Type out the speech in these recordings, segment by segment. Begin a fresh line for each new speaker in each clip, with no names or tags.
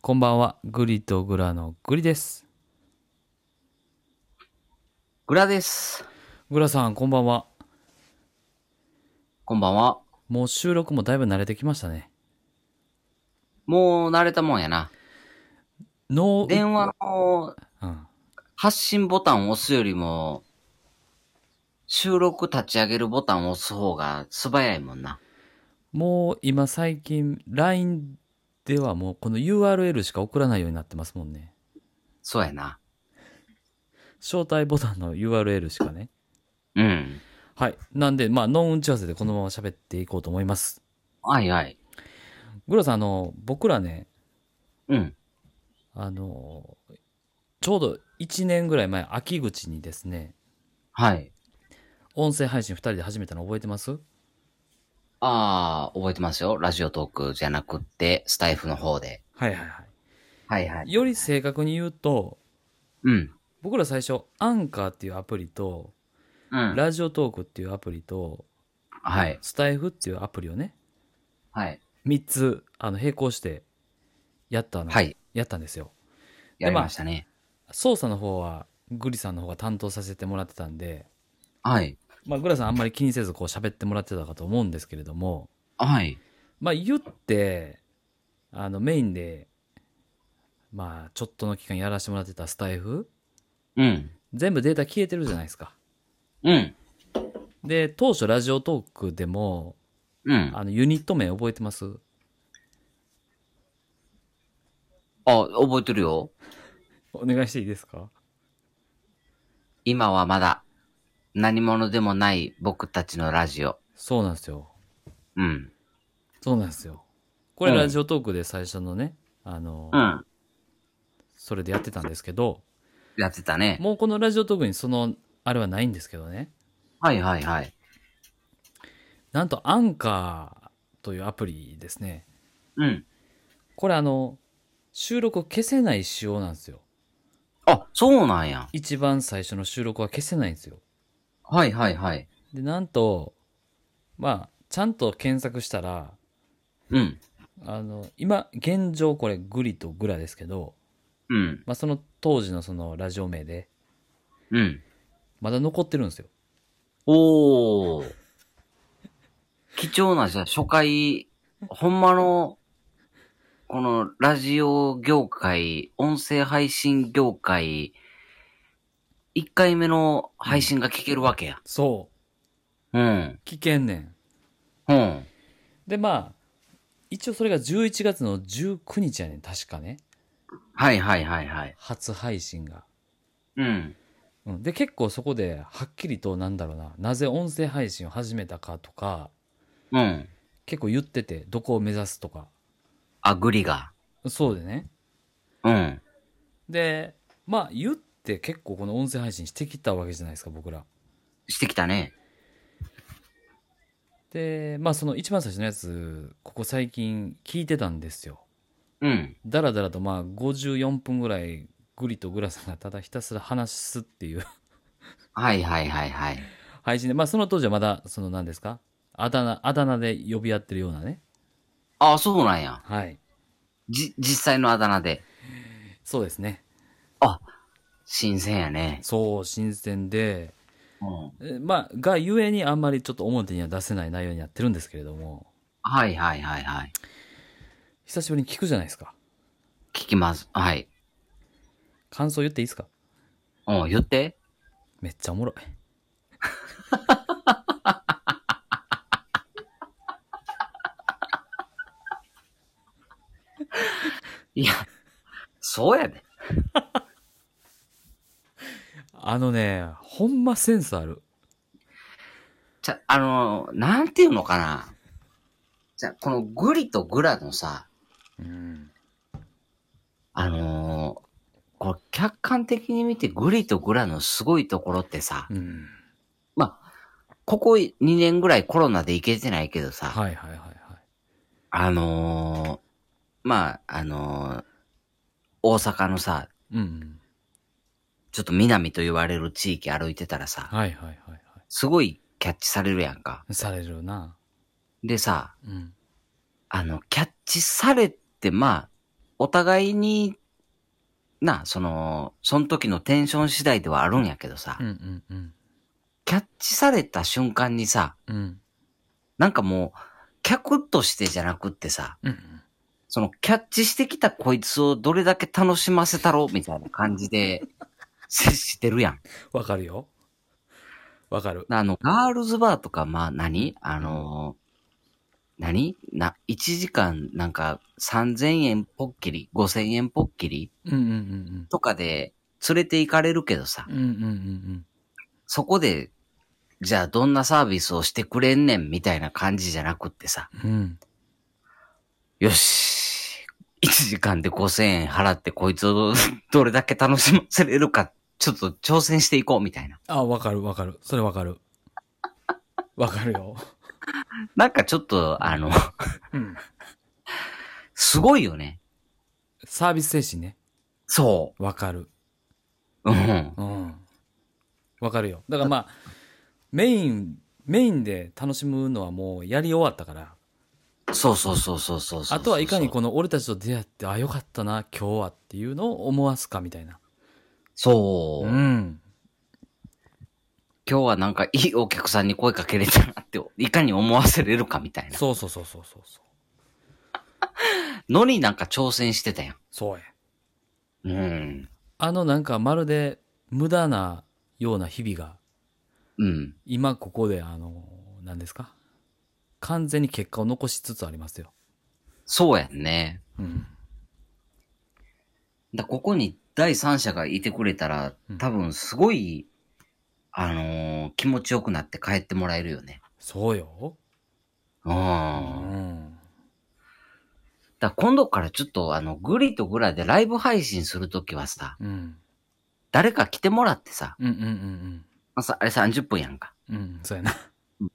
こんばんは、グリとグラのグリです。
グラです。
グラさん、こんばんは。
こんばんは。
もう収録もだいぶ慣れてきましたね。
もう慣れたもんやな。
ノー、
電話の
うん。
発信ボタンを押すよりも、収録立ち上げるボタンを押す方が素早いもんな。
もう今最近、LINE ではもうこの URL しか送らないようになってますもんね。
そうやな。
招待ボタンの URL しかね。
うん。
はい。なんで、まあ、ノン打ち合わせでこのまま喋っていこうと思います。
はいはい。
グラさん、あの、僕らね、
うん。
あの、ちょうど1年ぐらい前、秋口にですね、
はい。
音声配信2人で始めたの覚えてます
あー、覚えてますよ。ラジオトークじゃなくって、スタイフの方で。
はいはいはい。
はいはい。
より正確に言うと
うん。
僕ら最初アンカーっていうアプリと
うん。
ラジオトークっていうアプリと
はい。
スタイフっていうアプリをね
はい。
3つあの並行してやったの、
はい。
やったんですよ
やりましたね。
操作の方はグリさんの方が担当させてもらってたんで、
はい。
まあ、グラさんあんまり気にせずこう喋ってもらってたかと思うんですけれども
はい。
まあ言ってあのメインでまあちょっとの期間やらせてもらってたスタイフ
うん。
全部データ消えてるじゃないですか
うん。
で当初ラジオトークでも
うん。あ、
あのユニット名覚えてます
覚えてるよ。
お願いしていいですか
今はまだ何者でもない僕たちのラジオ。
そうなんですよ
うん。
そうなんですよこれ
うん
ラジオトークで最初のね、あの、
うん。
それでやってたんですけど
やってたね。
もうこのラジオトークにそのあれはないんですけどね
はいはいはい。
なんとアンカーというアプリですね
うん。
これあの収録を消せない仕様なんですよ
あ、そうなんや。
一番最初の収録は消せないんですよ
はいはいはい。
でなんとまあちゃんと検索したら
うん。
あの今現状これグリとグラですけど、
うん。
まあ、その当時のそのラジオ名で
うん。
まだ残ってるんですよ
おー。貴重な、じゃあ初回、ほんまの、このラジオ業界、音声配信業界、1回目の配信が聞けるわけや。
そ
うん
う。聞けんねん
うん。
でまあ一応それが11月の19日やねん確かね
はいはいはいはい。
初配信が、
うん。
うん、で結構そこではっきりとなんだろうななぜ音声配信を始めたかとか
うん。
結構言っててどこを目指すとか
あ、グリが。
そうでね
うん。
でまあ言って結構この音声配信してきたわけじゃないですか僕ら
してきたね。
でまあその一番最初のやつここ最近聞いてたんですよ
うん。
だらだらとまあ54分ぐらいグリとグラさんがただひたすら話すっていう
はいはいはいはい。
配信でまあその当時はまだその何ですかあだ名あだ名で呼び合ってるようなね
あ、そうなんや。
はい
じ、実際のあだ名で。
そうですね
新鮮やね。
そう新鮮で
うん。
えまあがゆえにあんまりちょっと表には出せない内容になってるんですけれども
はいはいはいはい。
久しぶりに聞くじゃないですか
聞きます。はい。
感想言っていいですか
うん、言って。
めっちゃおもろい
いや、そうやで。
あのねほんまセンスある
じゃ、あの、なんていうのかな。じゃ、このグリとグラのさ、
うん
あのこう客観的に見てグリとグラのすごいところってさ、
うん
まあ、ここ2年ぐらいコロナで行けてないけどさ、
はいはいはいはい
あのー、まあ、あのー、大阪のさ、
うん
ちょっと南と言われる地域歩いてたらさ、
はいはいはいは
すごいキャッチされるやんか。
い。されるな。
でさ、
うん。
あの、キャッチされて、まあ、お互いに、な、その、その時のテンション次第ではあるんやけどさ、
うんうんうん
キャッチされた瞬間にさ、
うん
なんかもう、客としてじゃなくってさ、
うん
そのキャッチしてきたこいつをどれだけ楽しませたろうみたいな感じで接してるやん。
わかるよわかる
あの、ガールズバーとか、まあ何、あのー何な、1時間なんか3000円ぽっきり、5000円ぽっきり
うんうんうん
とかで連れて行かれるけどさ
う、んうんうんうん
そこで、じゃあどんなサービスをしてくれんねんみたいな感じじゃなくってさ、
うんうん
よし、1時間で5000円払ってこいつを どれだけ楽しませれるか、ちょっと挑戦していこうみたいな。
あわかるわかるそれわかるわかるよ
なんかちょっと、あの、
うん
すごいよね。
サービス精神ね
そ
わかる
う。うん。
うんわかるよだからまあメインメインで楽しむのはもうやり終わったから
そうそうそうそうそうそう。
あとはいかにこの俺たちと出会ってあよかったな今日はっていうのを思わすかみたいな
そう。
うん
今日はなんかいいお客さんに声かけれたなって、いかに思わせれるかみたいな。
そうそうそうそうそうそう
のになんか挑戦してたやん。
そうや
うん。
あのなんかまるで無駄なような日々が
うん。
今ここであの何ですか完全に結果を残しつつありますよ
そうやんね。
うん
だここに第三者がいてくれたら
うん、
多分すごい、あのー気持ちよくなって帰ってもらえるよね。
そうよ
う。
うんん
だ今度からちょっとあの、グリとグラでライブ配信するときはさ、
うん
誰か来てもらってさ、
うんうんうん
まあ、さあれ30分やんか。
うんうんそうやな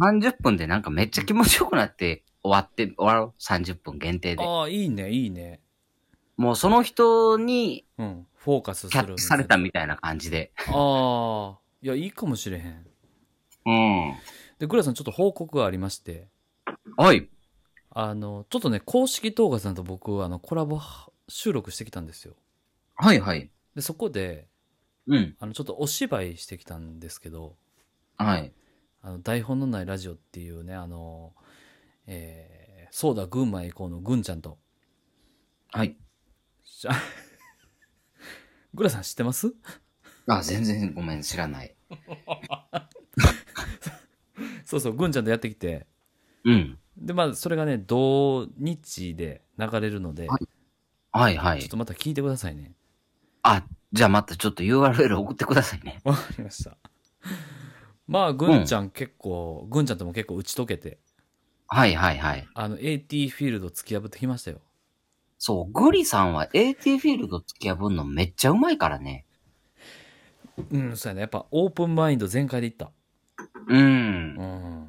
30分でなんかめっちゃ気持ちよくなって終わって、終わろう。30分限定で。
ああいいねいいね
もうその人に
うんフォーカスす
キ
る
ャッチされたみたいな感じで。
ああいやいいかもしれへん
うん。
でグラさんちょっと報告がありまして
おい。
あのちょっとね公式動画さんと僕あのコラボ収録してきたんですよ
はいはい。
でそこで
うん。
あのちょっとお芝居してきたんですけど
はい。
あの台本のないラジオっていうねあの、えー、そうだ群馬へ行こうのぐんちゃんと
はい。
しゃグラさん知ってます
あ、全然ごめん、知らない。
そうそうぐんちゃんとやってきて
うん。
でまあそれがね同日で流れるので、
はいはいは
ちょっ
い。
とまた聞いてくださいね
あ、じゃあまたちょっと URL 送ってくださいね。
わかりましたまあぐんちゃん結構、ぐんちゃんとも結構打ち解けて
はいはいはい。
あの AT フィールド突き破ってきましたよ
そう、グリさんは AT フィールド突き破るのめっちゃうまいからね。
うんそうやねやっぱオープンマインド全開でいった
うん
う。ん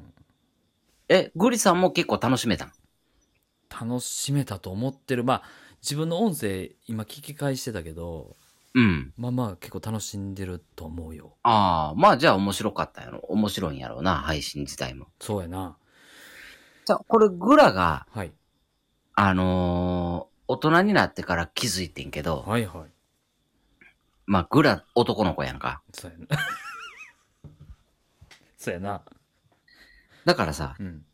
え、グリさんも結構楽しめたん
楽しめたと思ってるまあ自分の音声今聞き返してたけど
うん。
まあまあ結構楽しんでると思うよ
ああ、まあじゃあ面白かったやろ。面白いんやろうな、配信自体も。
そうやな
じゃあ、これグラが、
はい
あのー大人になってから気づいてんけど、
はいはい
まあグラ男の子やんか。
そうやな そうやな
だからさ、
うん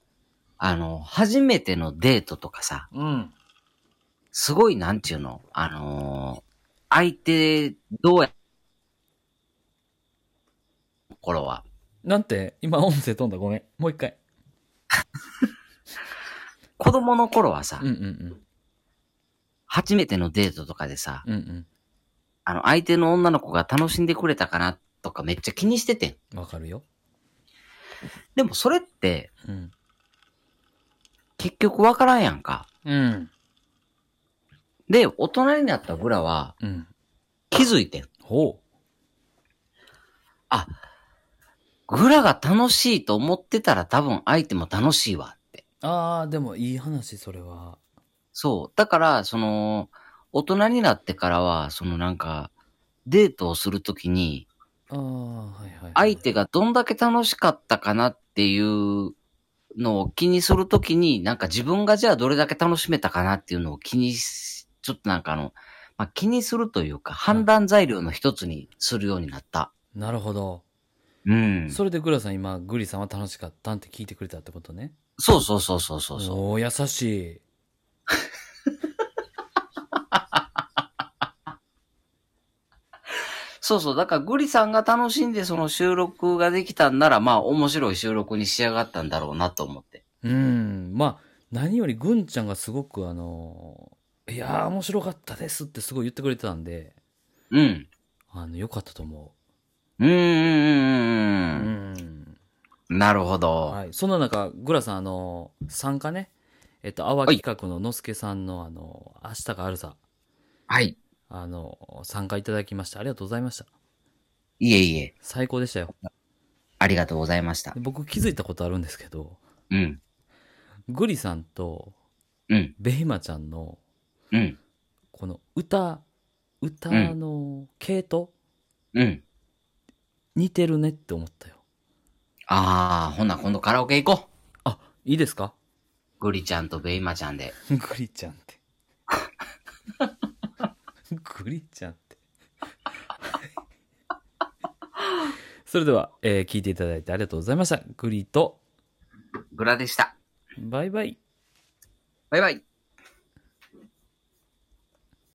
あの、初めてのデートとかさ、
うん
すごいなんちゅうの、あのー相手、どうや、頃は、
なんて今音声飛んだごめんもう一回
子供の頃はさ、
うんうん
初めてのデートとかでさ、
うんうん
あの、相手の女の子が楽しんでくれたかなとかめっちゃ気にしててん。
うんわかるよ
でもそれって、
うん
結局わからんやんか。
うん
で、大人になったグラは
うん
気づいてん。
ほ
あ、グラが楽しいと思ってたら多分相手も楽しいわって。
うああでもいい話それは
そう。だから、その、大人になってからは、そのなんか、デートをするときに、
ああはいはいはい
相手がどんだけ楽しかったかなっていうのを気にするときに、なんか自分がじゃあどれだけ楽しめたかなっていうのを気にし、ちょっとなんかあの、まあ、気にするというか、判断材料の一つにするようになった。
なるほど。
うん。
それでグラさん今、グリさんは楽しかったんって聞いてくれたってことね。
そうそうそうそうそうそう。
おー、優しい。
そうそう。だから、グリさんが楽しんでその収録ができたんなら、まあ、面白い収録に仕上がったんだろうなと思って。
うん。まあ、何よりぐんちゃんがすごくあの、いやー面白かったですってすごい言ってくれてたんで、
うん。
あの、良かったと思
うーん
う。う
うんうんうん
ん。
うん。なるほど。
はい。そんな中、グラさん、あの、参加ね、えっと、泡企画ののすけさんの、あの、明日があるさ、
はい。
あの、参加いただきました。ありがとうございました。
いえいえ、
最高でしたよ。
ありがとうございました
で。僕気づいたことあるんですけど、
うん。
グリさんと
うん。
ベイマちゃんの、
うん。
この歌、歌の系統、
うん。
似てるねって思ったよ。
あー、ほな、今度カラオケ行こう。
あ、いいですか
グリちゃんとベイマちゃんで。
グリちゃんって。 グリちゃんって。それでは、えー聞いていただいてありがとうございました。グリと、
グラでした。
バイバイ。
バイバイ。